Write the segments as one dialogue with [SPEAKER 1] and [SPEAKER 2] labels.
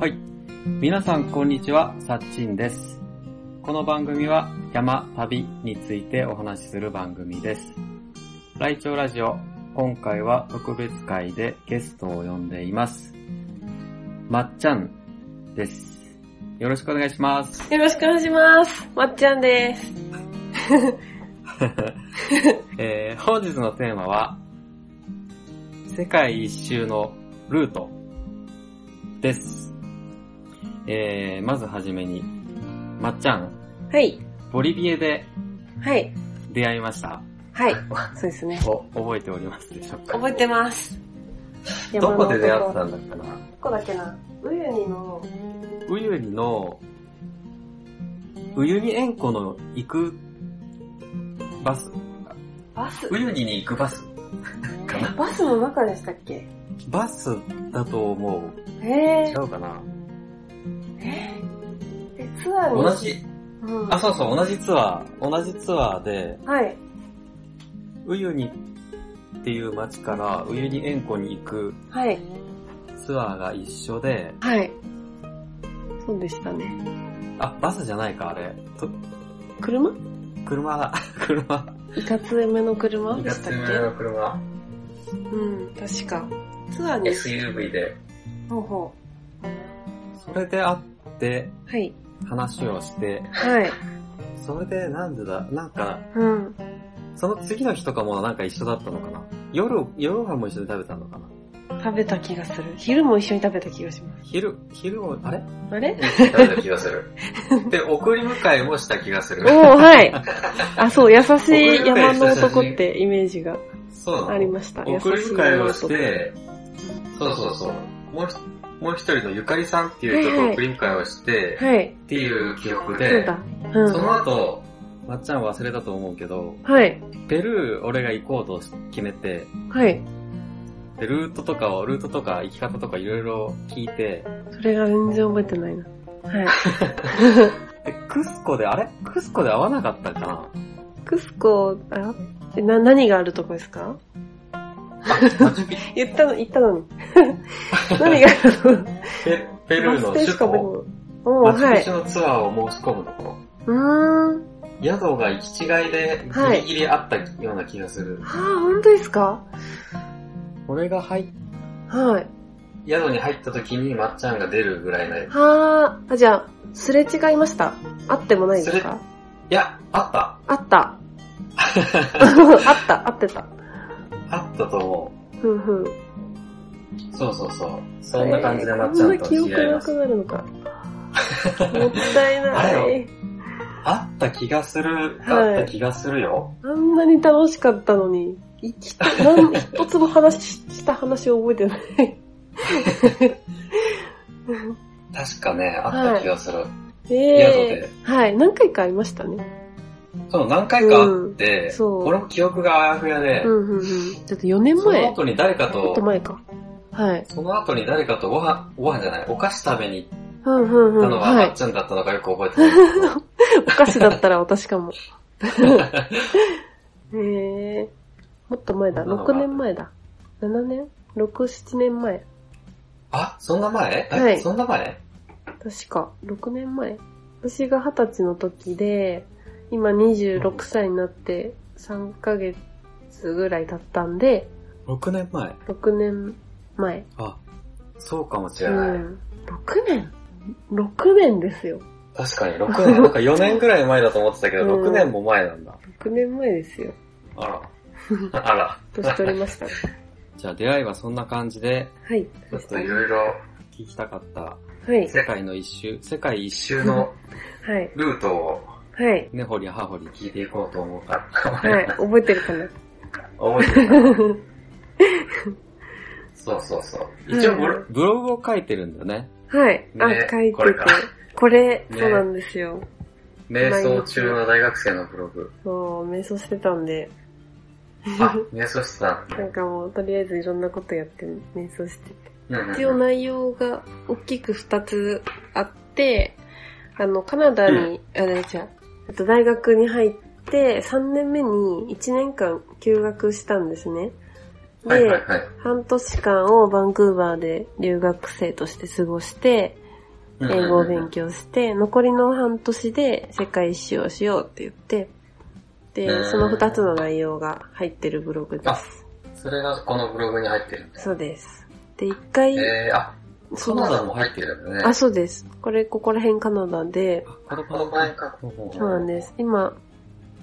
[SPEAKER 1] はい。皆さん、こんにちは。さっちんです。この番組は山、旅についてお話しする番組です。ライチョウラジオ、今回は特別会でゲストを呼んでいます。まっちゃんです。よろしくお願いします。
[SPEAKER 2] よろしくお願いします。まっちゃんです。
[SPEAKER 1] えー本日のテーマは、世界一周のルートです。えーまずはじめに、まっちゃん、
[SPEAKER 2] はい。
[SPEAKER 1] ボリビエで
[SPEAKER 2] はい。
[SPEAKER 1] 出会いました。
[SPEAKER 2] はい。そうですね。
[SPEAKER 1] お、覚えておりますでしょうか
[SPEAKER 2] 覚えてます。
[SPEAKER 1] どこで出会った
[SPEAKER 2] ど
[SPEAKER 1] んだっけな
[SPEAKER 2] こだっけなウユニの、
[SPEAKER 1] ウユニの、ウユニ塩湖の行くバス。
[SPEAKER 2] バス
[SPEAKER 1] ウユニに行くバスかな。
[SPEAKER 2] バスの中でしたっけ
[SPEAKER 1] バスだと思う。
[SPEAKER 2] ええ
[SPEAKER 1] 違うかな
[SPEAKER 2] ええツアーに。
[SPEAKER 1] 同じ、
[SPEAKER 2] うん
[SPEAKER 1] あ、そうそう、同じツアー。同じツアーで、
[SPEAKER 2] はい。
[SPEAKER 1] ウユニっていう町からウユニ塩湖に行く
[SPEAKER 2] はい。
[SPEAKER 1] ツアーが一緒で、
[SPEAKER 2] はい。そうでしたね。
[SPEAKER 1] あ、バスじゃないか、あれ。と
[SPEAKER 2] 車
[SPEAKER 1] 車 だ。車。
[SPEAKER 2] いかつめの車でしたっけ
[SPEAKER 1] 車。
[SPEAKER 2] うん、確か。ツアーに。
[SPEAKER 1] SUV で。
[SPEAKER 2] ほうほ
[SPEAKER 1] それで会って、
[SPEAKER 2] う。はい。
[SPEAKER 1] 話をして、
[SPEAKER 2] はい。
[SPEAKER 1] それでなんでだ、なんか、
[SPEAKER 2] うん。
[SPEAKER 1] その次の日とかもなんか一緒だったのかな夜、夜ご飯も一緒に食べたのかな
[SPEAKER 2] 食べた気がする。昼も一緒に食べた気がします。
[SPEAKER 1] 昼、昼を、あれ
[SPEAKER 2] あれ
[SPEAKER 1] 食べた気がする。で、送り迎えもした気がす
[SPEAKER 2] おー、はい。あ、 そう、優しい山の男ってイメージが
[SPEAKER 1] そう
[SPEAKER 2] あ
[SPEAKER 1] な
[SPEAKER 2] り
[SPEAKER 1] の
[SPEAKER 2] ました。優し
[SPEAKER 1] 送り
[SPEAKER 2] い
[SPEAKER 1] 迎え
[SPEAKER 2] 山
[SPEAKER 1] を
[SPEAKER 2] 男
[SPEAKER 1] し
[SPEAKER 2] って。
[SPEAKER 1] て、そうそうそう。もうひ、もう一人のゆかりさんっていう人
[SPEAKER 2] はいは
[SPEAKER 1] と
[SPEAKER 2] い
[SPEAKER 1] 送り迎えをして、
[SPEAKER 2] はい。
[SPEAKER 1] っていう記憶
[SPEAKER 2] そう
[SPEAKER 1] で、
[SPEAKER 2] だ。う
[SPEAKER 1] そ
[SPEAKER 2] ん。
[SPEAKER 1] の後、まっちゃん忘れたと思うけど、
[SPEAKER 2] はい。
[SPEAKER 1] ペルー俺が行こうと決めて、
[SPEAKER 2] はい。
[SPEAKER 1] で、ルートとかを、ルートとか行き方とかいろいろ聞いて、
[SPEAKER 2] それが全然覚えてないな。はい。
[SPEAKER 1] で、クスコで、あれクスコで会わなかったかな
[SPEAKER 2] クスコ、あえな、何があるとこですか
[SPEAKER 1] あ、マチュピ
[SPEAKER 2] 言ったの、言った のに。何があるとこ
[SPEAKER 1] ペペルーの
[SPEAKER 2] バス停
[SPEAKER 1] 首
[SPEAKER 2] しか覚
[SPEAKER 1] 都、
[SPEAKER 2] えてないお
[SPEAKER 1] マ
[SPEAKER 2] ー、
[SPEAKER 1] チュ
[SPEAKER 2] は
[SPEAKER 1] ピチ
[SPEAKER 2] い。
[SPEAKER 1] ュのツアーを申し込むの。
[SPEAKER 2] うーん。
[SPEAKER 1] 宿が行き違いで
[SPEAKER 2] は
[SPEAKER 1] ギ
[SPEAKER 2] い
[SPEAKER 1] リギリあったような気がする。
[SPEAKER 2] はあ、本当ですか
[SPEAKER 1] 俺が入っ、
[SPEAKER 2] はい。
[SPEAKER 1] 宿に入った時にまっちゃんが出るぐらいの。い
[SPEAKER 2] はあ、あ、じゃあ、すれ違いました。あってもないですか
[SPEAKER 1] や、あ
[SPEAKER 2] あ った。あった、あってた。
[SPEAKER 1] った。あったと思
[SPEAKER 2] ふんふん。
[SPEAKER 1] う。そうそうそう。そんな感じでまっちゃんと
[SPEAKER 2] えー
[SPEAKER 1] 知
[SPEAKER 2] こん
[SPEAKER 1] り
[SPEAKER 2] な記
[SPEAKER 1] 合いま
[SPEAKER 2] 憶な
[SPEAKER 1] す。
[SPEAKER 2] くなる のか。もったい
[SPEAKER 1] あ
[SPEAKER 2] ない
[SPEAKER 1] れ。あった気がする、
[SPEAKER 2] は
[SPEAKER 1] あ
[SPEAKER 2] い
[SPEAKER 1] った気がするよ。
[SPEAKER 2] あんなに楽しかったのに、一なん 一つも話しした話を覚えてない。
[SPEAKER 1] 確かね、あった気がする。
[SPEAKER 2] ええはい、何回かありましたね。
[SPEAKER 1] そう、何回かあって、
[SPEAKER 2] うんそう
[SPEAKER 1] 俺も記憶があやふやで、
[SPEAKER 2] うんうんうん。ちょっと4年
[SPEAKER 1] その
[SPEAKER 2] 前。
[SPEAKER 1] 後に誰か
[SPEAKER 2] もっ
[SPEAKER 1] と
[SPEAKER 2] と、前か。はい。
[SPEAKER 1] その後に誰かとご飯、ご飯じゃない、お菓子食べに行っ
[SPEAKER 2] うんうんう
[SPEAKER 1] た
[SPEAKER 2] ん。
[SPEAKER 1] のが
[SPEAKER 2] は
[SPEAKER 1] まっ
[SPEAKER 2] い。
[SPEAKER 1] ちゃんだったのかよく覚えてないけど。
[SPEAKER 2] お菓子だったら 私かも。ええもっと前だ。
[SPEAKER 1] そんなのがあ
[SPEAKER 2] 6
[SPEAKER 1] った
[SPEAKER 2] 年前だ。7年 ?6、7年前。
[SPEAKER 1] あ、そんな前え、
[SPEAKER 2] はい
[SPEAKER 1] そんな前
[SPEAKER 2] 確か、6年前私が20歳の時で、今26歳になって3ヶ月ぐらい経ったんで、
[SPEAKER 1] ?6 年前
[SPEAKER 2] 6年前。
[SPEAKER 1] あ、そうかもし
[SPEAKER 2] う
[SPEAKER 1] れない。
[SPEAKER 2] ん。6年 ?6 年ですよ。
[SPEAKER 1] 確かに6年、なんか4年ぐらい前だと思ってたけど、
[SPEAKER 2] うん
[SPEAKER 1] 6年も前なんだ。
[SPEAKER 2] 6年前ですよ。
[SPEAKER 1] あ ら。あら。
[SPEAKER 2] 年取り ましたね。
[SPEAKER 1] じゃあ出会いはそんな感じで、
[SPEAKER 2] はい。
[SPEAKER 1] ちょっといろいろ聞きたかった、
[SPEAKER 2] はい。
[SPEAKER 1] 世界の一周、世界一周の
[SPEAKER 2] はい。
[SPEAKER 1] ルートを
[SPEAKER 2] はい。
[SPEAKER 1] 根掘り葉掘り聞いていこうと思うから。
[SPEAKER 2] はい。覚えてるかな
[SPEAKER 1] 覚えてるかなそうそうそう。一応ブロ,、
[SPEAKER 2] うん
[SPEAKER 1] ブログを書いてるんだよね。
[SPEAKER 2] はい。
[SPEAKER 1] ね
[SPEAKER 2] あ、書いて
[SPEAKER 1] これ
[SPEAKER 2] て
[SPEAKER 1] か。
[SPEAKER 2] これ、
[SPEAKER 1] ね
[SPEAKER 2] そうなんですよ。
[SPEAKER 1] 瞑想中の大学生のブロ グ。
[SPEAKER 2] そう、瞑想してたんで、
[SPEAKER 1] あ、瞑想してた。
[SPEAKER 2] なんかもう、とりあえずいろんなことやって、瞑想してて
[SPEAKER 1] うんうんうん
[SPEAKER 2] 一応内容が大きく二つあって、あの、カナダに、あれ、じゃあ、と大学に入って、3年目に1年間休学したんですね。で、
[SPEAKER 3] はいはいはい。
[SPEAKER 2] 半年間をバンクーバーで留学生として過ごして、
[SPEAKER 3] うんうんうん
[SPEAKER 2] 英語を勉強して、残りの半年で世界一周をしようって言って、
[SPEAKER 3] う
[SPEAKER 2] で、
[SPEAKER 3] ん
[SPEAKER 2] その2つの内容が入ってるブログです。
[SPEAKER 3] それがこのブログに入ってるんだ。
[SPEAKER 2] そうです。で、1回、
[SPEAKER 3] えー、あ、
[SPEAKER 2] そ
[SPEAKER 3] カ
[SPEAKER 2] の
[SPEAKER 3] ナダも入ってるんだね。
[SPEAKER 2] あ、そうです。これ、ここら辺カナダで、
[SPEAKER 3] この。
[SPEAKER 1] この前か。
[SPEAKER 2] そうなんですす。今、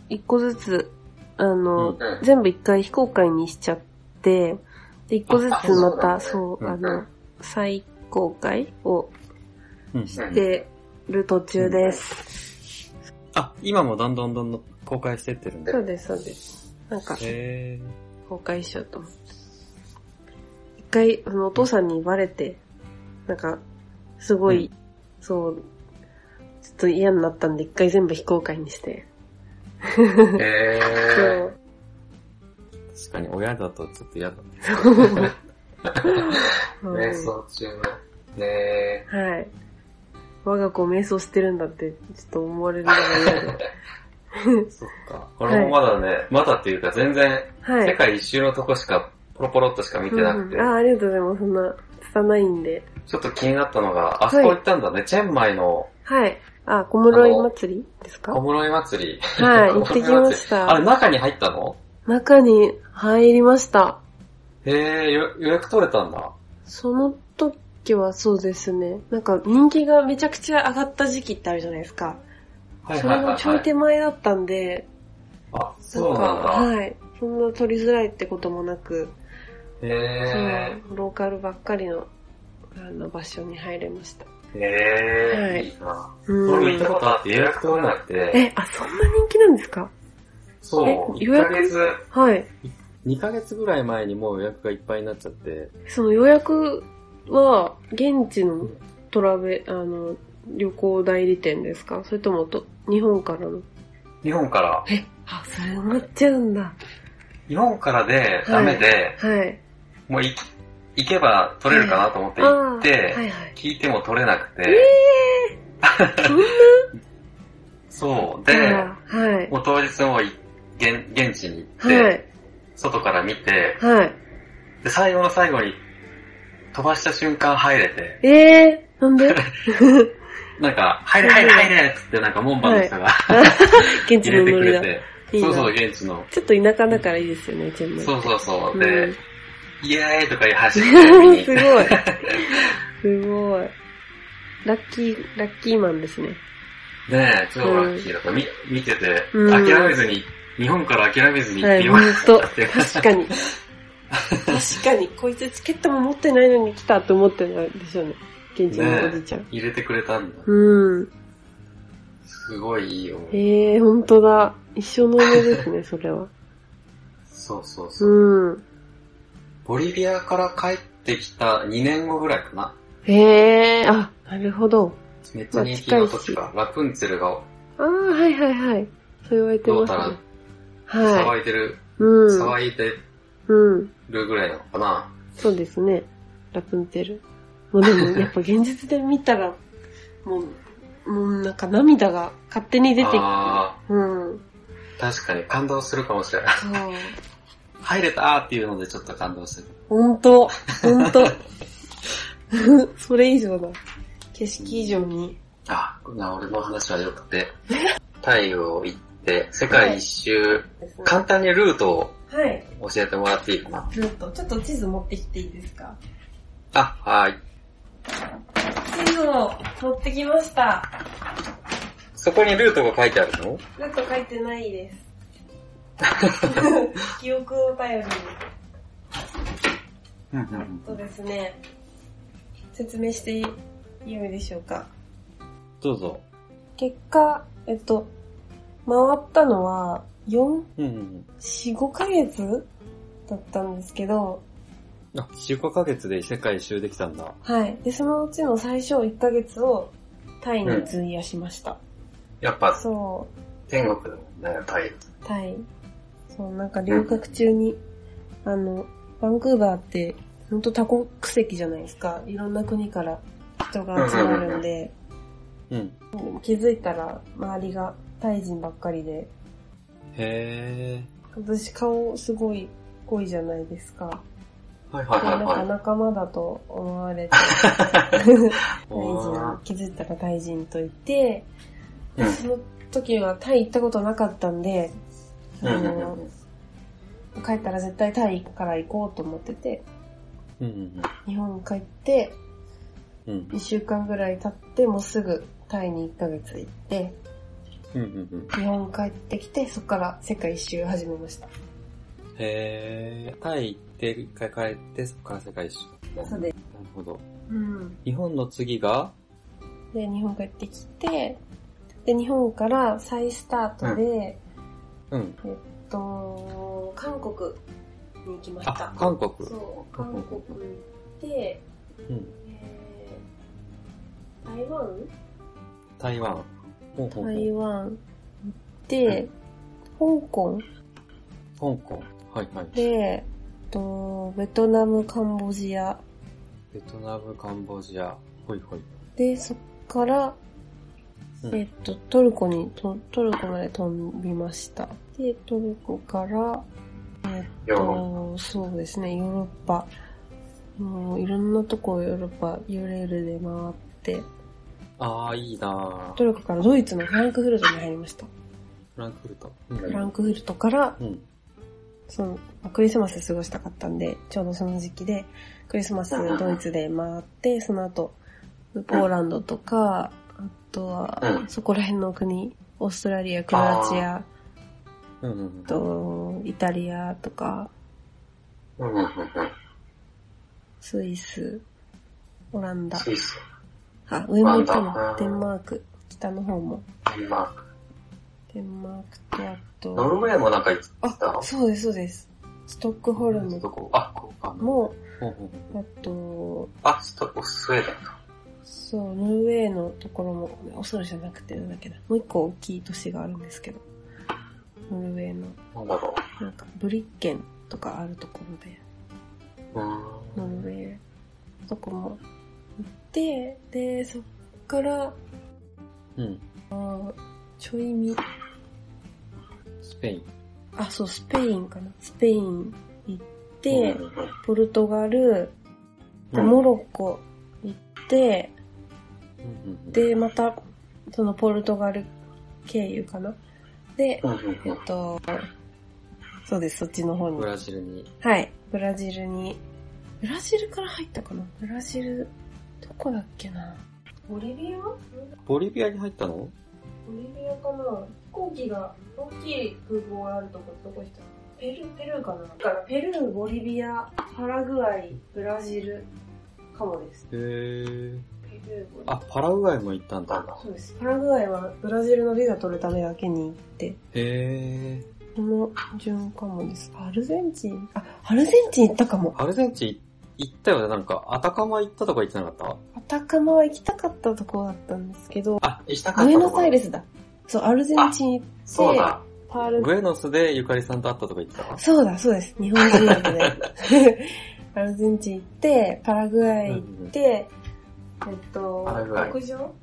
[SPEAKER 2] 一個ずつ、あの、
[SPEAKER 1] うん
[SPEAKER 2] 全部一回非公開にしちゃって、で一個ず
[SPEAKER 1] あ
[SPEAKER 2] つまた、
[SPEAKER 1] あ
[SPEAKER 2] そ、
[SPEAKER 1] そう
[SPEAKER 3] な
[SPEAKER 2] あ
[SPEAKER 3] んだ
[SPEAKER 2] の、再公開を
[SPEAKER 3] うん
[SPEAKER 2] してる途中です。
[SPEAKER 3] あ、今もどんどんどんどん公開してってるんだ。
[SPEAKER 2] そうです、そうです。なんか、
[SPEAKER 3] へ
[SPEAKER 2] 公開しようと思って。一回、あの、お父さんにバレて、なんか、すごい、そう、ちょっと嫌になったんで、一回全部非公開にして。
[SPEAKER 3] ー。へ
[SPEAKER 2] そ
[SPEAKER 3] ー。
[SPEAKER 2] う。
[SPEAKER 3] 確かに親だとちょっと嫌だね。
[SPEAKER 2] うん
[SPEAKER 1] 瞑想中の。ねえ。
[SPEAKER 2] はい。我が子瞑想してるんだって、ちょっと思われるのが嫌 で。
[SPEAKER 3] そっか。
[SPEAKER 1] これもまだね、まだっていうか全然、
[SPEAKER 2] はい。
[SPEAKER 1] 世界一周のとこしか、ポロポロっとしか見てなくて
[SPEAKER 2] うん、ああ、ありがとうございます。そんな、拙いんで。
[SPEAKER 1] ちょっと気になったのが、あそこ行ったんだね、チェンマイの
[SPEAKER 2] はい。あ、小室井祭りですか
[SPEAKER 1] 小室井祭り。
[SPEAKER 2] はい、 行ってきまし
[SPEAKER 1] あれ、
[SPEAKER 2] た。
[SPEAKER 1] 中に入ったの
[SPEAKER 2] 中に入りました。
[SPEAKER 1] へえ、よ予約取れたんだ。
[SPEAKER 2] その時はそうですね。なんか人気がめちゃくちゃ上がった時期ってあるじゃないですか。
[SPEAKER 1] はい
[SPEAKER 2] それのちょい手前だったんで、
[SPEAKER 1] あ、
[SPEAKER 2] なん
[SPEAKER 1] そう
[SPEAKER 2] か、
[SPEAKER 1] なんだ。
[SPEAKER 2] はい。そんな取りづらいってこともなく、
[SPEAKER 1] へえ。
[SPEAKER 2] そう、ローカルばっかりの、あの、場所に入れました。は
[SPEAKER 1] へ
[SPEAKER 2] い
[SPEAKER 1] え、いいな。
[SPEAKER 2] うん
[SPEAKER 1] 俺も行ったことあって予約取れなくて、
[SPEAKER 2] え、あ、そんな人気なんですか
[SPEAKER 1] そう
[SPEAKER 2] え、予
[SPEAKER 1] 1ヶ
[SPEAKER 2] 約
[SPEAKER 1] 月、
[SPEAKER 2] はい。
[SPEAKER 3] 2ヶ月ぐらい前にもう予約がいっぱいになっちゃって、
[SPEAKER 2] その予約は、現地のトラベ、あの、旅行代理店ですかそれともと、日本からの。
[SPEAKER 1] 日本から、
[SPEAKER 2] え、あ、それ埋まっちゃうんだ。
[SPEAKER 1] 日本からで
[SPEAKER 2] い
[SPEAKER 1] ダメで、
[SPEAKER 2] はい。
[SPEAKER 1] もうい行けば取れるかなと思って行っ
[SPEAKER 2] あーは
[SPEAKER 1] て、
[SPEAKER 2] いはい。
[SPEAKER 1] 聞いても取れなく
[SPEAKER 2] え
[SPEAKER 1] て、
[SPEAKER 2] そんな
[SPEAKER 1] そう。で、
[SPEAKER 2] はい。
[SPEAKER 1] もう当日もい現現地に行っ
[SPEAKER 2] は
[SPEAKER 1] て、
[SPEAKER 2] い。
[SPEAKER 1] 外から見て、
[SPEAKER 2] はい。
[SPEAKER 1] で、最後の最後に飛ばした瞬間入れて、
[SPEAKER 2] えー、 なんで
[SPEAKER 1] なんか、入れ入れ入れっつってなんか門番の人が
[SPEAKER 2] 現地
[SPEAKER 1] 入れ
[SPEAKER 2] の
[SPEAKER 1] てく
[SPEAKER 2] ノリ
[SPEAKER 1] れ
[SPEAKER 2] だ。
[SPEAKER 1] て、
[SPEAKER 2] いい
[SPEAKER 1] そ
[SPEAKER 2] な
[SPEAKER 1] うそう、現地の。
[SPEAKER 2] ちょっと田舎だからいいですよね、チェンマイって
[SPEAKER 1] そうそうそう。
[SPEAKER 2] う
[SPEAKER 1] で
[SPEAKER 2] ん、
[SPEAKER 1] イエーイとか言い走っ
[SPEAKER 2] す
[SPEAKER 1] て
[SPEAKER 2] ご、い。すごい。ラッキー、ラッキーマンですね。
[SPEAKER 1] ねえ、超ラッキーだった。み見てて、
[SPEAKER 2] うん
[SPEAKER 1] 諦めずに、日本から諦めずに行っ
[SPEAKER 2] は
[SPEAKER 1] て
[SPEAKER 2] い、
[SPEAKER 1] よ
[SPEAKER 2] ほ
[SPEAKER 1] か
[SPEAKER 2] んと。
[SPEAKER 1] ったっていうか。
[SPEAKER 2] 確かに。確かに、こいつチケットも持ってないのに来たって思ってないでしょうね。現地のおじちゃん。
[SPEAKER 1] 入れてくれたんだ。
[SPEAKER 2] うん。
[SPEAKER 1] すごいいいよ。
[SPEAKER 2] ええー、ほんとだ。一生の夢ですね、それは。
[SPEAKER 1] そうそうそう。
[SPEAKER 2] うん。
[SPEAKER 1] ボリビアから帰ってきた2年後ぐらいかな。
[SPEAKER 2] へえ、あ、なるほど。
[SPEAKER 1] めっちゃ人気の時か。ラプンツェルが
[SPEAKER 2] ああ、はいはいはい。そう言われて
[SPEAKER 1] ど
[SPEAKER 2] ま
[SPEAKER 1] う
[SPEAKER 2] す
[SPEAKER 1] た
[SPEAKER 2] ね
[SPEAKER 1] ら。
[SPEAKER 2] は
[SPEAKER 1] 騒
[SPEAKER 2] い。
[SPEAKER 1] いでる、
[SPEAKER 2] うん。
[SPEAKER 1] 騒いで
[SPEAKER 2] うん。
[SPEAKER 1] るぐらいなのかな。
[SPEAKER 2] そうですね。ラプンツェル。もうでも、やっぱ現実で見たら、 もう、もうなんか涙が勝手に出てきて。
[SPEAKER 1] あ
[SPEAKER 2] うん。
[SPEAKER 1] ー確かに感動するかもしれない。
[SPEAKER 2] そう。
[SPEAKER 1] 入れたーっていうのでちょっと感動する。
[SPEAKER 2] ほんと、ほんと。 それ以上だ。景色以上に。
[SPEAKER 1] あ、な、俺の話は良く て。タイを行って、世界一周、簡単にルート
[SPEAKER 2] はい。
[SPEAKER 1] を教えてもらっていいかな。
[SPEAKER 2] ルート、ちょっと地図持ってきていいですか
[SPEAKER 1] あ、はい。
[SPEAKER 2] 地図を持ってきました。
[SPEAKER 1] そこにルートが書いてあるの
[SPEAKER 2] ルート書いてないです。記憶を頼りに。
[SPEAKER 3] うんう
[SPEAKER 2] そうですね。説明していいのでしょうか。
[SPEAKER 3] どうぞ。
[SPEAKER 2] 結果、えっと、回ったのは、4、
[SPEAKER 3] うんうん
[SPEAKER 2] 4、5ヶ月だったんですけど、
[SPEAKER 3] うん。あ、4、5ヶ月で世界一周できたんだ。
[SPEAKER 2] はい。で、そのうちの最初1ヶ月をタイに費やしました。
[SPEAKER 1] やっぱ
[SPEAKER 2] そ
[SPEAKER 1] 天国だもんね、タイ。
[SPEAKER 2] う、タイ。そう、なんか留学中に、あの、バンクーバーって、ほんと多国籍じゃないですか。いろんな国から人が集まるんで。
[SPEAKER 1] うん。
[SPEAKER 2] でも気づいたら周りがタイ人ばっかりで、
[SPEAKER 1] へ
[SPEAKER 2] 私顔すごい濃いじゃないですか。
[SPEAKER 3] はいはい
[SPEAKER 2] で
[SPEAKER 3] は
[SPEAKER 2] な
[SPEAKER 3] い
[SPEAKER 2] んか
[SPEAKER 3] は
[SPEAKER 2] 仲間だと思われ て、
[SPEAKER 1] ぇ
[SPEAKER 2] タイ人
[SPEAKER 1] ー。、
[SPEAKER 2] 気づいたらタイ人と言って、
[SPEAKER 3] い。うん
[SPEAKER 2] その時はタイ行ったことなかったんで、あ
[SPEAKER 3] うんうん
[SPEAKER 2] の
[SPEAKER 3] うん
[SPEAKER 2] 帰ったら絶対タイから行こうと思ってて、
[SPEAKER 1] うんうん
[SPEAKER 2] 日本に帰って、
[SPEAKER 1] うん。うん
[SPEAKER 2] 1週間ぐらい経って、もうすぐタイに1ヶ月行って、
[SPEAKER 1] うんうん
[SPEAKER 2] 日本帰ってきて、そこから世界一周始めました。
[SPEAKER 1] うん。へぇー。タイ行って、一回帰って、そこから世界一周。
[SPEAKER 2] そ
[SPEAKER 1] な
[SPEAKER 2] う
[SPEAKER 1] る
[SPEAKER 2] で
[SPEAKER 1] ほど。
[SPEAKER 2] うん。
[SPEAKER 1] 日本の次が、
[SPEAKER 2] で、日本帰ってきて、で、日本から再スタートで、え
[SPEAKER 1] うん。
[SPEAKER 2] っと、韓国に行きまし
[SPEAKER 1] あ
[SPEAKER 2] た、。
[SPEAKER 1] 韓国。
[SPEAKER 2] そう、韓国に行って、
[SPEAKER 1] うん。
[SPEAKER 2] えー台湾
[SPEAKER 1] 台湾。ほうほうほう
[SPEAKER 2] 台湾行って、香港
[SPEAKER 1] 香港。はいはい。
[SPEAKER 2] で、えっと、ベトナム、カンボジア。
[SPEAKER 1] ベトナム、カンボジア。ほいほい。
[SPEAKER 2] で、そっから、
[SPEAKER 1] うん
[SPEAKER 2] えっと、トルコにと、トルコまで飛びました。で、トルコから、えっ
[SPEAKER 3] ヨーロ
[SPEAKER 2] と、そうですね、ヨーロッパ。もういろんなとこヨーロッパ、ユレールで回って、
[SPEAKER 1] あー、いいな
[SPEAKER 2] ト
[SPEAKER 1] ぁ。
[SPEAKER 2] ルコからドイツのフランクフルトに入りました。
[SPEAKER 1] フランクフルト。
[SPEAKER 2] フランクフルトから、
[SPEAKER 1] うん。
[SPEAKER 2] その、まあクリスマス過ごしたかったんで、ちょうどその時期で、クリスマスドイツで回って、その後、ポーランドとか、あとは
[SPEAKER 3] う、ん
[SPEAKER 2] そこら辺の国、オーストラリア、クロアチア、
[SPEAKER 1] うんうんうん。
[SPEAKER 2] と、イタリアとか、
[SPEAKER 3] うんうんうんうん
[SPEAKER 2] スイス、オランダ、
[SPEAKER 3] スイス、
[SPEAKER 2] あ、上も行った
[SPEAKER 3] オラン
[SPEAKER 2] の、
[SPEAKER 3] ダ
[SPEAKER 2] デンマーク、北の方も、
[SPEAKER 3] デンマーク。
[SPEAKER 2] デンマークと、あ
[SPEAKER 3] ノルウ
[SPEAKER 2] と、
[SPEAKER 3] ェーもなんか行った
[SPEAKER 2] あ、そうです、そうです。ストックホルム
[SPEAKER 3] どこあ、こうかな
[SPEAKER 2] も、
[SPEAKER 1] ほうほうほ
[SPEAKER 2] あと、
[SPEAKER 3] あ、ちょっと、スウェーデンか。
[SPEAKER 2] そう、ノルウェーのところも、オスロじゃなくて、なんだっけな、もう一個大きい都市があるんですけど、ノルウェーの、
[SPEAKER 3] なんだろ
[SPEAKER 2] なんか、ブリッケンとかあるところで、
[SPEAKER 3] う。うーん。
[SPEAKER 2] ノルウェー、そこも行って、で、そっから、
[SPEAKER 1] ううん。
[SPEAKER 2] ちょいみ、
[SPEAKER 1] スペイン。
[SPEAKER 2] あ、そう、スペインかな。スペイン行って
[SPEAKER 3] うん、うんうん
[SPEAKER 2] ポルトガル、
[SPEAKER 1] うん
[SPEAKER 2] モロッコ行って、
[SPEAKER 1] うんうん
[SPEAKER 2] で、また、そのポルトガル経由かな。で、
[SPEAKER 3] うんうん
[SPEAKER 2] えっと、そうです、そっちの方
[SPEAKER 1] うん、
[SPEAKER 2] に
[SPEAKER 1] ブ。ラジルに。
[SPEAKER 2] はい、ブラジルに。ブラジルから入ったかなブラジル、どこだっけなボリビアボ
[SPEAKER 1] ボリビアに入ったの
[SPEAKER 2] リビアかな飛行機が、大きい空港があるとこ、どこ行ったペル、ペルーかなだから、ペルー、ボリビア、パラグアイ、ブラジル、かもです。
[SPEAKER 1] へー。
[SPEAKER 2] ペルー、ボリビ
[SPEAKER 1] あ、パラウアイも行ったん
[SPEAKER 3] なん
[SPEAKER 1] だ。
[SPEAKER 3] だ
[SPEAKER 2] ア。そうです。パラグアイはブラジルのビザ取るためだけに行って、
[SPEAKER 1] へ
[SPEAKER 2] この順かもです。アルゼンチンあ、アルゼンチン行ったかも。
[SPEAKER 1] ー。アルゼンチン行ったよね。なんか、アタカマ行ったとか行ってなかった
[SPEAKER 2] アタカマは行きたかったとこだったんですけど、
[SPEAKER 1] あ、
[SPEAKER 3] 行きたか
[SPEAKER 2] ブ
[SPEAKER 3] った
[SPEAKER 2] エ
[SPEAKER 3] と
[SPEAKER 2] ノ
[SPEAKER 3] こ
[SPEAKER 2] サイレスだ。そう、アルゼンチン行って、
[SPEAKER 3] そうだ。
[SPEAKER 2] パール、
[SPEAKER 1] ブエノスでゆかりさんと会ったとか言ってた
[SPEAKER 2] そうだ、そうです。日本人なんで ね。アルゼンチン行って、パラグアイ行って、えっと
[SPEAKER 3] パラグアイ、
[SPEAKER 2] 北上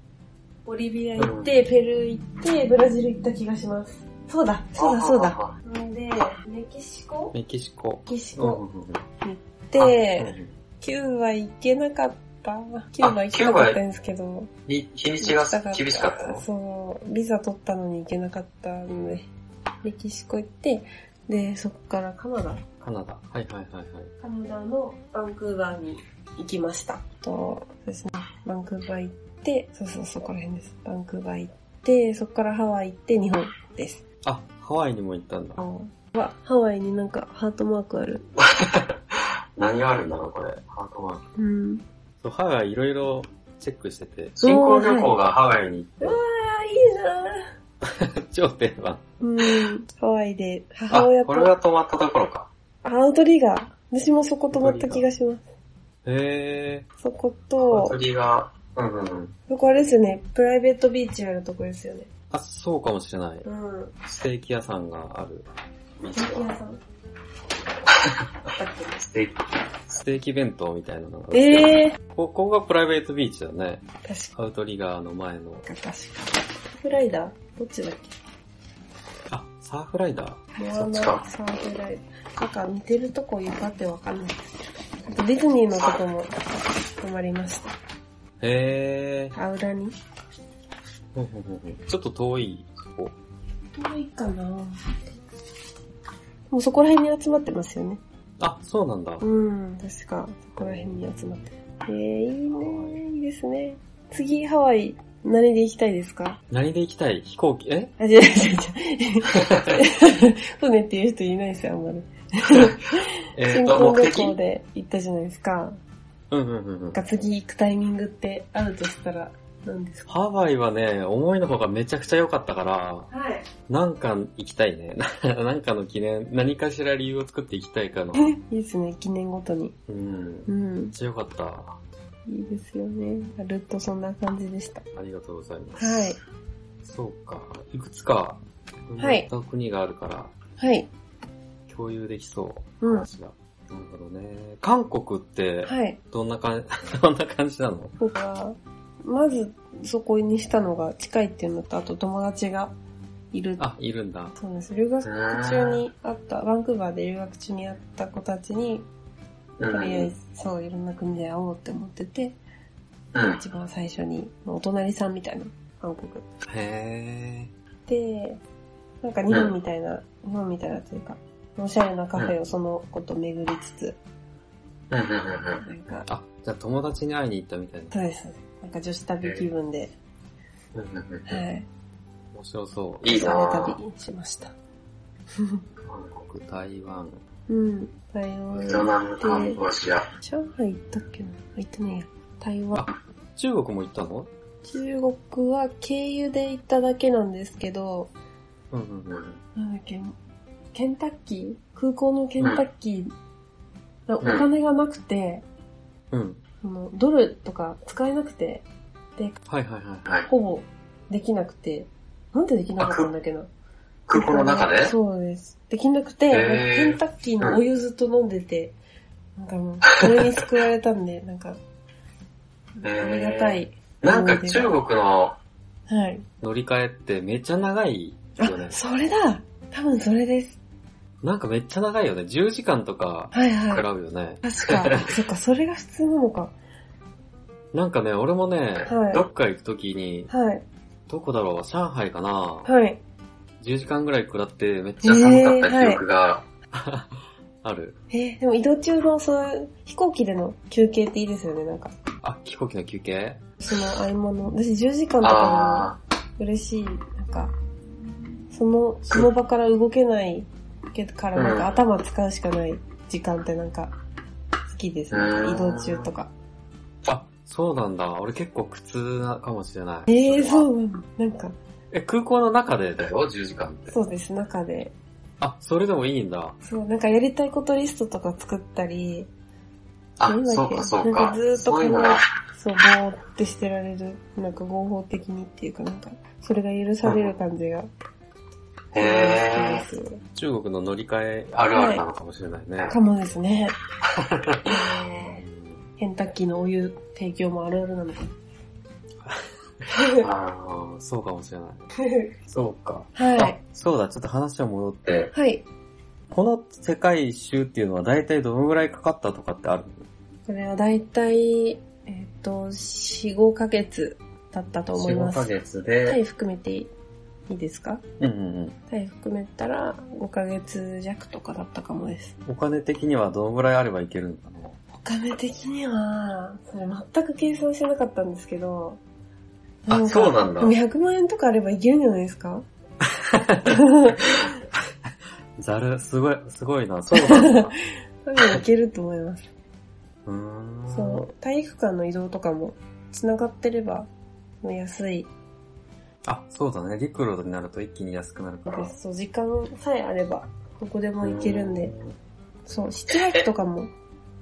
[SPEAKER 2] ボリビア行って、ペルー行って、ブラジル行った気がします。そうだ、そうだ、そうだ。
[SPEAKER 3] だ。
[SPEAKER 2] んで、メキシコ
[SPEAKER 1] メキシコ。
[SPEAKER 2] メキシ
[SPEAKER 1] うんうん
[SPEAKER 2] コ
[SPEAKER 1] うん
[SPEAKER 2] 行って、
[SPEAKER 1] うん
[SPEAKER 2] キューバ行けなかった。キューバ行けなかったんですけど。
[SPEAKER 3] 日日にちが厳しかったの
[SPEAKER 2] そう、ビザ取ったのに行けなかったんで、メキシコ行って、で、そこからカナダ。
[SPEAKER 1] カナダ。はいはいはいはい。
[SPEAKER 2] カナダのバンクーバーに行きました。と、そうですね。バンクーバー行って、そうそう、そこら辺です。バンクーバー行って、そこからハワイ行って日本です。
[SPEAKER 1] あ、ハワイにも行ったんだ。
[SPEAKER 2] はハワイになんかハートマークある。
[SPEAKER 3] 何があるんだろう、これ。ハートワーク。
[SPEAKER 2] うん。
[SPEAKER 1] そうハワイいろいろチェックしてて、
[SPEAKER 3] 新婚旅行がハワ イに行っ
[SPEAKER 2] あ、いいな
[SPEAKER 1] 超定番。
[SPEAKER 2] うん。ハワイで
[SPEAKER 3] て。あ
[SPEAKER 2] 母親、
[SPEAKER 3] これ
[SPEAKER 2] と
[SPEAKER 3] が泊まったところか。
[SPEAKER 2] アウトリガー。私もそこ泊まった気がします。
[SPEAKER 1] へ
[SPEAKER 2] そこ
[SPEAKER 3] お
[SPEAKER 2] と、
[SPEAKER 3] 釣りが、うんうんうん。
[SPEAKER 2] そこあれですよね、プライベートビーチあるとこですよね。
[SPEAKER 1] ー。あ、そうかもしれない。
[SPEAKER 2] うん。
[SPEAKER 1] ステーキ屋さんがある。
[SPEAKER 3] 道
[SPEAKER 2] ケーキ
[SPEAKER 3] が
[SPEAKER 2] 屋さん。
[SPEAKER 4] ったっけ
[SPEAKER 3] ステーキ、
[SPEAKER 1] ステーキ弁当みたいなのが。
[SPEAKER 2] ええ
[SPEAKER 1] ここがプライベートビーチだね。
[SPEAKER 2] 確
[SPEAKER 1] アウトリガーの前の。
[SPEAKER 2] か、確か。フライダーどっちだっ
[SPEAKER 1] あ、サーフライダー。
[SPEAKER 2] けモア
[SPEAKER 3] そっ
[SPEAKER 2] ナ
[SPEAKER 3] ちか
[SPEAKER 2] サーフライダー。なんか似てるとこ言ったってわかんない。あとディズニーのとこも泊まりました。
[SPEAKER 1] へ
[SPEAKER 2] アウラに
[SPEAKER 1] ー。ちょっと遠い。こ
[SPEAKER 2] 遠いかなもうそこら辺に集まってますよね。
[SPEAKER 1] あ、そうなんだ。
[SPEAKER 2] うん、確か、そこら辺に集まってる。えー、いいね、いいですね。次、ハワイ、何で行きたいですか
[SPEAKER 1] 何で行きたい飛行機、え
[SPEAKER 2] あ、違う違う違 う。船っていう人いないですよ、あんまり。
[SPEAKER 1] え
[SPEAKER 2] 新
[SPEAKER 1] ー、
[SPEAKER 2] 婚
[SPEAKER 3] 目
[SPEAKER 2] 旅
[SPEAKER 3] 的
[SPEAKER 2] 行で行ったじゃないですか。
[SPEAKER 1] うんうんうんうん
[SPEAKER 2] なんか次行くタイミングってあるとしたら、何ですか
[SPEAKER 1] ハワイはね、思いのほかめちゃくちゃ良かったから、
[SPEAKER 4] はい。
[SPEAKER 1] なんか行きたいね。 なんかの記念、何かしら理由を作って行きたいかな。
[SPEAKER 2] いいですね、記念ごとに。
[SPEAKER 1] うん。めっ
[SPEAKER 2] うん、
[SPEAKER 1] ちゃ良かった。
[SPEAKER 2] いいですよね。ルッとそんな感じでした。
[SPEAKER 1] ありがとうございます。
[SPEAKER 2] はい。
[SPEAKER 1] そうか。いくつか、
[SPEAKER 2] はい
[SPEAKER 1] 生まれた国があるから、
[SPEAKER 2] はい。
[SPEAKER 1] 共有できそう。
[SPEAKER 2] うん。
[SPEAKER 1] 話が。なるほどね。韓国って、
[SPEAKER 2] はい。
[SPEAKER 1] どんな 感じ、どんな感じなの
[SPEAKER 2] 僕は、まずそこにしたのが近いっていうのと、あと友達がいる。
[SPEAKER 1] あ、いるんだ。
[SPEAKER 2] そうなんです。留学中に会った、バンクーバーで留学中に会った子たちに、
[SPEAKER 3] う
[SPEAKER 2] とりあえ
[SPEAKER 3] ん。
[SPEAKER 2] ずそう、いろんな国で会おうって思ってて、
[SPEAKER 3] うん。
[SPEAKER 2] 一番最初に、お隣さんみたいな、韓国。
[SPEAKER 1] へ
[SPEAKER 2] で、なんか日本みたいな、日本みたいなというか、おしゃれなカフェをその子と巡りつつ、
[SPEAKER 3] うん。うん。うん。
[SPEAKER 2] なんか、
[SPEAKER 1] ー。あ、じゃあ友達に会いに行ったみたいな。
[SPEAKER 2] そうです。そうですなんか女子旅気分で、
[SPEAKER 3] うんうんうん
[SPEAKER 2] はい。
[SPEAKER 1] 面白そう。
[SPEAKER 3] いいな
[SPEAKER 2] 女
[SPEAKER 3] ぁ。
[SPEAKER 2] 旅しました。
[SPEAKER 1] 韓国、台湾。
[SPEAKER 2] うん。台湾
[SPEAKER 3] ベトナム、カンボジア。
[SPEAKER 2] 上海行ったっけなあ行ってねえや。台湾。
[SPEAKER 1] 中国も行ったの
[SPEAKER 2] 中国は経由で行っただけなんですけど、
[SPEAKER 1] うんうんうん。
[SPEAKER 2] なんだっけ、ケンタッキー空港のケンタッキー、お金がなくて、
[SPEAKER 1] うん。
[SPEAKER 2] あのドルとか使えなくて、
[SPEAKER 1] はいはいはい。
[SPEAKER 3] はい。
[SPEAKER 2] ほぼできなくて、なんでできなかったんだっけな
[SPEAKER 3] 空港の中で
[SPEAKER 2] そうです。できなくて、
[SPEAKER 3] へー
[SPEAKER 2] なんかケンタッキーのお湯ずっと飲んでて、なんかもう、それに救われた んで、なんか、あ
[SPEAKER 3] へー
[SPEAKER 2] りがたい。
[SPEAKER 3] なんか中国の、
[SPEAKER 2] はい。
[SPEAKER 1] 乗り換えってめっちゃ長いよね
[SPEAKER 2] あ、。それだ多分それです。
[SPEAKER 1] なんかめっちゃ長いよね。10時間とか
[SPEAKER 2] はいは
[SPEAKER 1] 食
[SPEAKER 2] い。
[SPEAKER 1] らうよね。
[SPEAKER 2] 確か。 あそっか、それが普通なのか。
[SPEAKER 1] なんかね、俺もね、
[SPEAKER 2] はい
[SPEAKER 1] どっか行くときに、
[SPEAKER 2] はい。
[SPEAKER 1] どこだろう、上海かな、
[SPEAKER 2] はい。
[SPEAKER 1] 10時間ぐらい食らってめっち
[SPEAKER 3] じ
[SPEAKER 1] ゃ
[SPEAKER 3] ゃ寒かった記憶が、
[SPEAKER 1] ある。
[SPEAKER 2] えーでも移動中のそういう飛行機での休憩っていいですよね、なんか。
[SPEAKER 1] あ、飛行機の休憩
[SPEAKER 2] その合間の。私10時間とか
[SPEAKER 3] あ
[SPEAKER 2] でも嬉しい。なんか、その、その場から動けないけどからなん
[SPEAKER 3] うん
[SPEAKER 2] か頭使うしかない時間ってなんか好きですね。
[SPEAKER 3] うん
[SPEAKER 2] 移動中とか。
[SPEAKER 1] あ、そうなんだ。俺結構苦痛なかもしれない。
[SPEAKER 2] ええー、そうなのなんか、
[SPEAKER 1] え、空港の中で
[SPEAKER 3] ー、だ
[SPEAKER 1] だよ。
[SPEAKER 3] よ、10時間って。
[SPEAKER 2] そうです、中で。
[SPEAKER 1] あ、それでもいいんだ。
[SPEAKER 2] そう、なんかやりたいことリストとか作ったり、
[SPEAKER 3] あ
[SPEAKER 2] なん、だっ
[SPEAKER 3] そう
[SPEAKER 2] け
[SPEAKER 3] かそう
[SPEAKER 2] なん
[SPEAKER 3] か
[SPEAKER 2] かず。ーっと
[SPEAKER 3] そういう
[SPEAKER 2] 考
[SPEAKER 3] の
[SPEAKER 2] え
[SPEAKER 3] が、
[SPEAKER 2] そう、ぼーってしてられる。なんか合法的にっていうかなんか、それが許される感じが。
[SPEAKER 3] へ
[SPEAKER 2] 好きです
[SPEAKER 1] 中国の乗り換え
[SPEAKER 3] ー、あるあるな
[SPEAKER 1] な
[SPEAKER 3] の
[SPEAKER 1] の
[SPEAKER 3] か。
[SPEAKER 1] かもしれないね。
[SPEAKER 2] かもです ね。
[SPEAKER 1] うん
[SPEAKER 2] ケンタッキーのお湯提供もあるあるなの か。
[SPEAKER 3] あ
[SPEAKER 1] あーそうかもしれない。そうか。
[SPEAKER 2] は
[SPEAKER 1] あ
[SPEAKER 2] い。、
[SPEAKER 1] そうだ、ちょっと話を戻って。
[SPEAKER 3] ー
[SPEAKER 2] はい。
[SPEAKER 1] この世界一周っていうのは大体どのぐらいかかったとかってある
[SPEAKER 2] これはだいたい、えっ、と、4、5ヶ月だったと思い
[SPEAKER 3] 4
[SPEAKER 2] ます。
[SPEAKER 3] ヶ月で、
[SPEAKER 2] タイ含めていいですか
[SPEAKER 1] うんうんうん。
[SPEAKER 2] タイ含めたら5ヶ月弱とかだったかもです。
[SPEAKER 1] お金的にはどのぐらいあればいけるのかな
[SPEAKER 2] お金的には、それ全く計算してなかったんですけど、
[SPEAKER 3] あ、
[SPEAKER 2] か
[SPEAKER 3] そうなんだ。
[SPEAKER 2] 100万円とかあればいけるんじゃないですか
[SPEAKER 1] ざる、すごい、すごい な。そうなんだ。
[SPEAKER 2] 多分いけると思います。
[SPEAKER 1] うーん。
[SPEAKER 2] そう。体育館の移動とかも繋がってれば、もう安い
[SPEAKER 1] あ、そうだね。陸路になると一気に安くなるから。
[SPEAKER 2] です。そう、時間さえあれば、どこでも行けるんで。そう、ヒッチハイクとかも、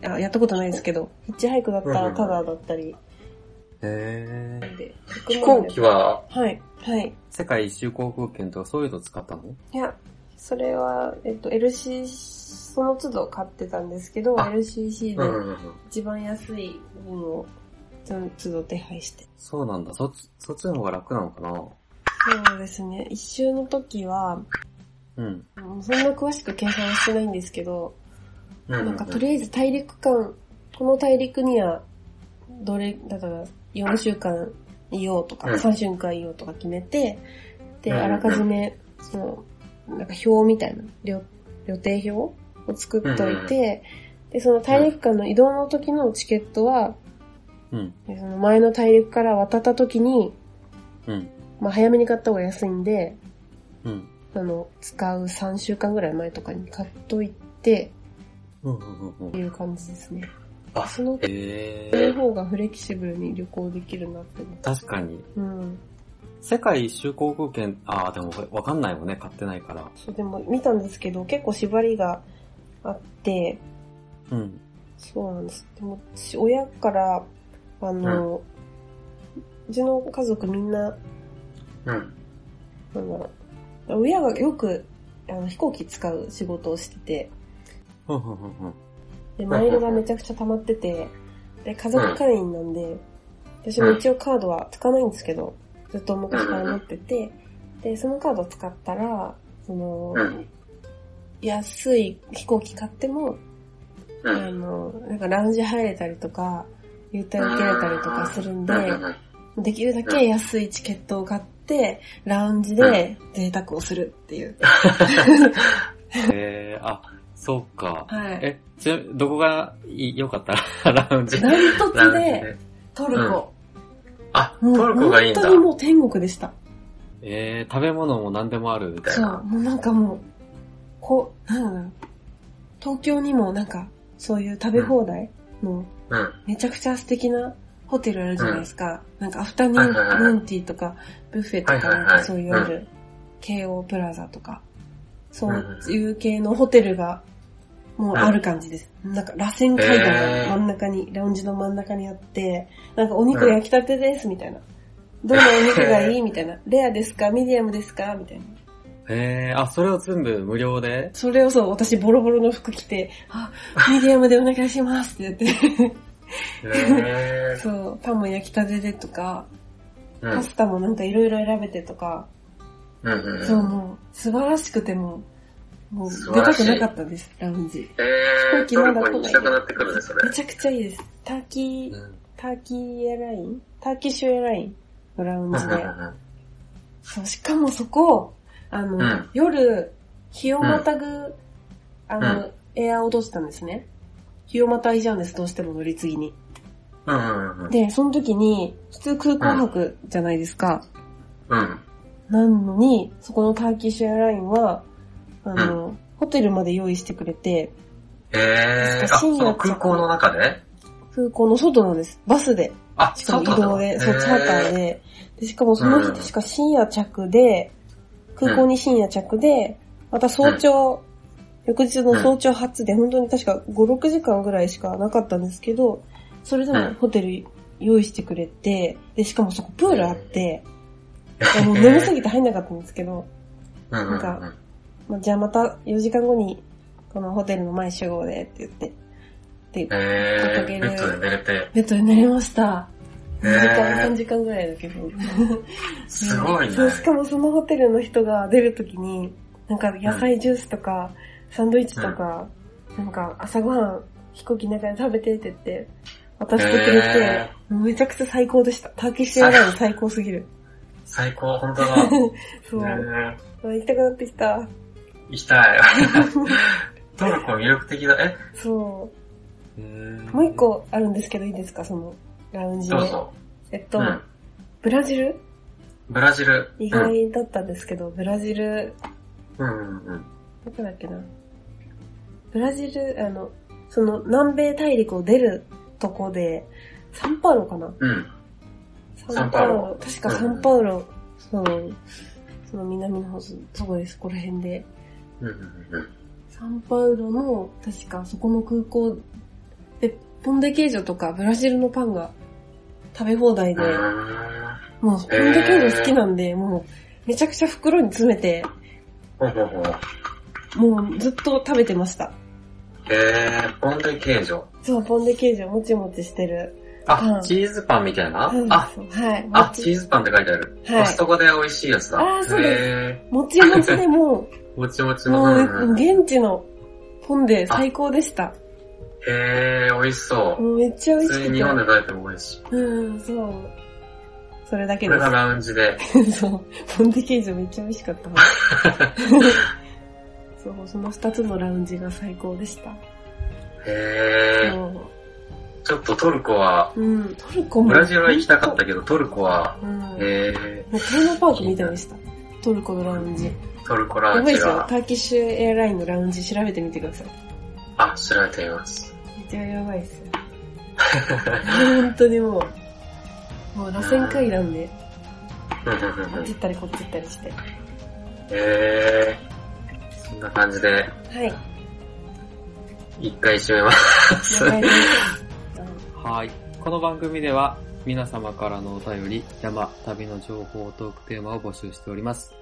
[SPEAKER 2] あ、やったことないですけど、ヒッチハイクだったらタダだったり
[SPEAKER 1] へー。
[SPEAKER 2] で。
[SPEAKER 3] 飛行機は、
[SPEAKER 2] はい、はい。
[SPEAKER 1] 世界一周航空券とかそういうの使ったの
[SPEAKER 2] いや、それは、えっと、LC、その都度買ってたんですけど、
[SPEAKER 3] あ
[SPEAKER 2] LCC
[SPEAKER 3] うん
[SPEAKER 2] で
[SPEAKER 3] うんうん。
[SPEAKER 2] 一番安い分を、その都度手配して。
[SPEAKER 1] そうなんだ。そっち、そっちの方が楽なのか
[SPEAKER 2] そうですね。一周の時は、
[SPEAKER 1] なうん。
[SPEAKER 2] もうそんな詳しく計算はしてないんですけど、
[SPEAKER 3] うんうん
[SPEAKER 2] な
[SPEAKER 3] うんん
[SPEAKER 2] かとりあえず大陸間、この大陸には、どれ、だから4週間いようとか、
[SPEAKER 3] うん
[SPEAKER 2] 3週間いようとか決めて、で、
[SPEAKER 3] うんうん
[SPEAKER 2] あらかじめ、その、なんか表みたいな、旅、予定表を作っといて、で、その大陸間の移動の時のチケットは、
[SPEAKER 1] うん。
[SPEAKER 2] でその前の大陸から渡った時に、
[SPEAKER 1] うん。
[SPEAKER 2] まあ早めに買った方が安いんで、
[SPEAKER 1] うん。
[SPEAKER 2] あの、使う3週間ぐらい前とかに買っといて、
[SPEAKER 1] うん。うん。うん。
[SPEAKER 2] っていう感じですね。
[SPEAKER 3] あ
[SPEAKER 2] その
[SPEAKER 1] え
[SPEAKER 2] そういう
[SPEAKER 1] ー、
[SPEAKER 2] 方がフレキシブルに旅行できるなって思う。
[SPEAKER 1] 確かに。
[SPEAKER 2] うん。
[SPEAKER 1] 世界一周航空券、ああ、でもわかんないもんね、買ってないから。
[SPEAKER 2] そう、でも見たんですけど、結構縛りがあって、
[SPEAKER 1] うん。
[SPEAKER 2] そうなんです。でも、私親から、あの、うちの家族みんな、
[SPEAKER 3] うん。
[SPEAKER 2] なんだろう、親がよくあの飛行機使う仕事をしてて、
[SPEAKER 1] ふんふんふんふん。
[SPEAKER 2] で、マイルがめちゃくちゃ溜まってて、で、家族会員なんで、私も一応カードは使わないんですけど、ずっと昔から持ってて、で、そのカードを使ったら、その、
[SPEAKER 3] うん
[SPEAKER 2] 安い飛行機買っても、
[SPEAKER 3] う
[SPEAKER 2] あ
[SPEAKER 3] ん。
[SPEAKER 2] の、なんかラウンジ入れたりとか、優待受けれたりとかするんで、
[SPEAKER 3] うんうん
[SPEAKER 2] できるだけ安いチケットを買って、ラウンジで贅沢をするっていう。
[SPEAKER 1] えー、あ、そうか。
[SPEAKER 2] はい。
[SPEAKER 1] え、ちなみにどこがいい良かった ラウンジ。
[SPEAKER 2] ダント
[SPEAKER 3] うんラ
[SPEAKER 2] ツ
[SPEAKER 3] ウンジ
[SPEAKER 2] で
[SPEAKER 3] で。
[SPEAKER 2] トルコ。
[SPEAKER 3] あ、
[SPEAKER 2] もう
[SPEAKER 3] トルコがいいんだ。
[SPEAKER 2] 本当にもう天国でした。
[SPEAKER 1] えー、食べ物も何でもあるみたい
[SPEAKER 2] そ
[SPEAKER 1] な。
[SPEAKER 2] う、もうなんかもう、こう、なんだろう。東京にもなんか、そういう食べ放題の、
[SPEAKER 3] うん。
[SPEAKER 2] めちゃくちゃ素敵なホテルあるじゃないですか。なんかアフタヌーン
[SPEAKER 3] はいはいはい
[SPEAKER 2] ヌーンティーとか、ブッフェとか、
[SPEAKER 3] はいは
[SPEAKER 2] ないん
[SPEAKER 3] はい
[SPEAKER 2] かそういうある、京王プラザとか、そう
[SPEAKER 3] うん
[SPEAKER 2] いう系のホテルが、もうある感じです。なんか、螺旋階段
[SPEAKER 3] へー
[SPEAKER 2] の真ん中に、ラウンジの真ん中にあって、なんかお肉焼きたてです、みたい な。どのお肉がいいみたいな。レアですかミディアムですかみたいな。
[SPEAKER 1] えー、あ、それを全部無料で
[SPEAKER 2] それをそう、私ボロボロの服着て、あ、ミディアムでお願いしますってや って。
[SPEAKER 3] へ
[SPEAKER 2] そう、パンも焼きたてでとか、
[SPEAKER 3] ー
[SPEAKER 2] パスタもなんかいろいろ選べてとか、
[SPEAKER 3] うんうんうん
[SPEAKER 2] そうもう、素晴らしくてもう、もう
[SPEAKER 3] 素
[SPEAKER 2] 出
[SPEAKER 3] 晴
[SPEAKER 2] た
[SPEAKER 3] らし
[SPEAKER 2] く
[SPEAKER 3] い
[SPEAKER 2] なかったです、ラウンジ。
[SPEAKER 3] え
[SPEAKER 2] 飛行
[SPEAKER 3] ー、ト
[SPEAKER 2] 機まだ
[SPEAKER 3] ル
[SPEAKER 2] 来な
[SPEAKER 3] コ
[SPEAKER 2] い
[SPEAKER 3] に行きたくなってくるね、それ
[SPEAKER 2] め。ちゃくちゃいいです。ターキ
[SPEAKER 1] う
[SPEAKER 2] ー、
[SPEAKER 1] ん。
[SPEAKER 2] ターキーエアラインターキッシュエアラインのラウン
[SPEAKER 3] うん
[SPEAKER 2] ジ
[SPEAKER 3] うんう
[SPEAKER 2] で。
[SPEAKER 3] ん
[SPEAKER 2] そう、しかもそこ、あの、
[SPEAKER 3] うん
[SPEAKER 2] 夜、日をまたぐ、あの、
[SPEAKER 3] う
[SPEAKER 2] エアーを落としたんですね。日をまたいじゃうんです、どうしても乗り継ぎに。
[SPEAKER 3] うんうん
[SPEAKER 2] で、その時に、普通空港泊じゃないですか。
[SPEAKER 3] うん。
[SPEAKER 2] なのに、そこのターキッシュエアラインは、あの、ホテルまで用意してくれて、
[SPEAKER 3] えー、あ、そ
[SPEAKER 2] 深夜
[SPEAKER 3] の空港の中で
[SPEAKER 2] 空港の外なんです。バスで、
[SPEAKER 3] あ、
[SPEAKER 2] しかも移
[SPEAKER 3] 外な
[SPEAKER 2] 動
[SPEAKER 3] の
[SPEAKER 2] で、そう、チャーター。
[SPEAKER 3] へ
[SPEAKER 2] で。でしかもその日確か深夜着で、空港に深夜着で、また早朝、翌日の早朝発で、本当に確か5、6時間ぐらいしかなかったんですけど、それで
[SPEAKER 3] う
[SPEAKER 2] も
[SPEAKER 3] ん
[SPEAKER 2] ホテル用意してくれて、で、しかもそこプールあって、 もう眠すぎて入んなかったんですけど、
[SPEAKER 3] うんうんう
[SPEAKER 2] なん
[SPEAKER 3] ん
[SPEAKER 2] まあ、じゃあまた4時間後に、このホテルの前集合でって言って、
[SPEAKER 3] え
[SPEAKER 2] 掲げ
[SPEAKER 3] ー、
[SPEAKER 2] る
[SPEAKER 3] ベッドで寝れて。
[SPEAKER 2] ベッドで寝れました。
[SPEAKER 3] へ
[SPEAKER 2] 2
[SPEAKER 3] ー
[SPEAKER 2] 時間、3時間ぐらいだけど。
[SPEAKER 3] すごいね。
[SPEAKER 2] そうしかもそのホテルの人が出るときに、なんか野菜ジュースとか、サンドイッチとか、なんか朝ごはん飛行機の中で食べてって言って、渡してくれて、
[SPEAKER 3] へ
[SPEAKER 2] もうめちゃくちゃ最高でした。ターキッシュエア ライン最高すぎる。
[SPEAKER 3] 最高、本当だ。ね
[SPEAKER 2] そう。
[SPEAKER 3] え
[SPEAKER 2] あ行きたくなってきた。
[SPEAKER 3] 行きたい。トルコ魅力的だ。え
[SPEAKER 2] そ
[SPEAKER 1] えー
[SPEAKER 2] う。もう一。個あるんですけどいいですか、その、ラウンジで
[SPEAKER 3] どう。ぞ。
[SPEAKER 2] えっと、
[SPEAKER 3] うん。
[SPEAKER 2] ブラジル
[SPEAKER 3] ブラジル。
[SPEAKER 2] 意外だったんですけど、ブラジル、
[SPEAKER 3] うん。うんうんうん。
[SPEAKER 2] どこだっけな。ブラジル、あの、その南米大陸を出るとこで、サンパウロかな
[SPEAKER 3] うん。
[SPEAKER 2] サ
[SPEAKER 3] ンパウロ
[SPEAKER 2] 確かサンパウロ、その、その南の方、そそこです、ここら辺で。
[SPEAKER 3] うんうんうん
[SPEAKER 2] サンパウロの、確かそこの空港で、ポンデケージョとかブラジルのパンが食べ放題で、
[SPEAKER 3] うん。
[SPEAKER 2] もうポンデケージョ好きなんで、もうめちゃくちゃ袋に詰めて、
[SPEAKER 3] ほうほうほう。
[SPEAKER 2] もうずっと食べてました。
[SPEAKER 3] えー、ポンデケージョ。
[SPEAKER 2] そう、ポンデケージョもちもちしてる。
[SPEAKER 3] あ、
[SPEAKER 2] うん
[SPEAKER 3] チーズパンみたいな
[SPEAKER 2] うん
[SPEAKER 3] あ、
[SPEAKER 2] そうはい。も
[SPEAKER 3] あ、
[SPEAKER 2] ち
[SPEAKER 3] チーズパンって書いてある。
[SPEAKER 2] はい
[SPEAKER 3] コストコで美味しいやつだ。
[SPEAKER 2] あーそうです
[SPEAKER 3] へ
[SPEAKER 2] もちもちでも、
[SPEAKER 3] ー、もちもちの。
[SPEAKER 2] も
[SPEAKER 3] うん
[SPEAKER 2] う、
[SPEAKER 3] うん
[SPEAKER 2] 現地のポンデ最高でした。
[SPEAKER 3] へー、美味しそう。
[SPEAKER 2] もうめっちゃ美
[SPEAKER 3] 普
[SPEAKER 2] 味し
[SPEAKER 3] 通
[SPEAKER 2] く
[SPEAKER 3] に
[SPEAKER 2] て
[SPEAKER 3] 日。本で食べても美味しい。こ
[SPEAKER 2] うん、そう。それだけで
[SPEAKER 3] れがラウンジで。
[SPEAKER 2] す。 そう。ポンデケージョめっちゃ美味しか った。そう、その二つのラウンジが最高でした。
[SPEAKER 3] へー、
[SPEAKER 2] そ
[SPEAKER 3] ちょっとトルコは、
[SPEAKER 2] う。うん、トルコも。
[SPEAKER 3] ブラジルは行きたかったけど、トルコは、
[SPEAKER 2] うん。もうテ
[SPEAKER 3] へー、
[SPEAKER 2] ーマパークみたいでした。トルコのラウンジ。
[SPEAKER 3] トルコ
[SPEAKER 2] や
[SPEAKER 3] ラウン
[SPEAKER 2] ばいで
[SPEAKER 3] ジ
[SPEAKER 2] すよ。
[SPEAKER 3] が、
[SPEAKER 2] ターキッシュエアラインのラウンジ調べてみてください。
[SPEAKER 3] あ、知られています。
[SPEAKER 2] めっちゃやばいですよ。 本当にもう、もう螺旋階段で、
[SPEAKER 3] うんうんうん
[SPEAKER 2] あ
[SPEAKER 3] う
[SPEAKER 2] っ
[SPEAKER 3] ん
[SPEAKER 2] ち行ったりこっち行ったりして。は
[SPEAKER 3] へー、そんな感じで、
[SPEAKER 2] い。
[SPEAKER 3] 一回締めます。
[SPEAKER 2] 了解です。
[SPEAKER 1] はい。この番組では皆様からのお便り、山、旅の情報、トークテーマを募集しております。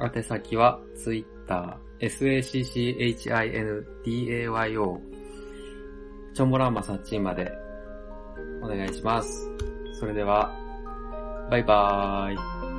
[SPEAKER 1] 宛先は Twitter、sacchindao、チョモランマサッチンまでお願いします。それでは、バイバーイ。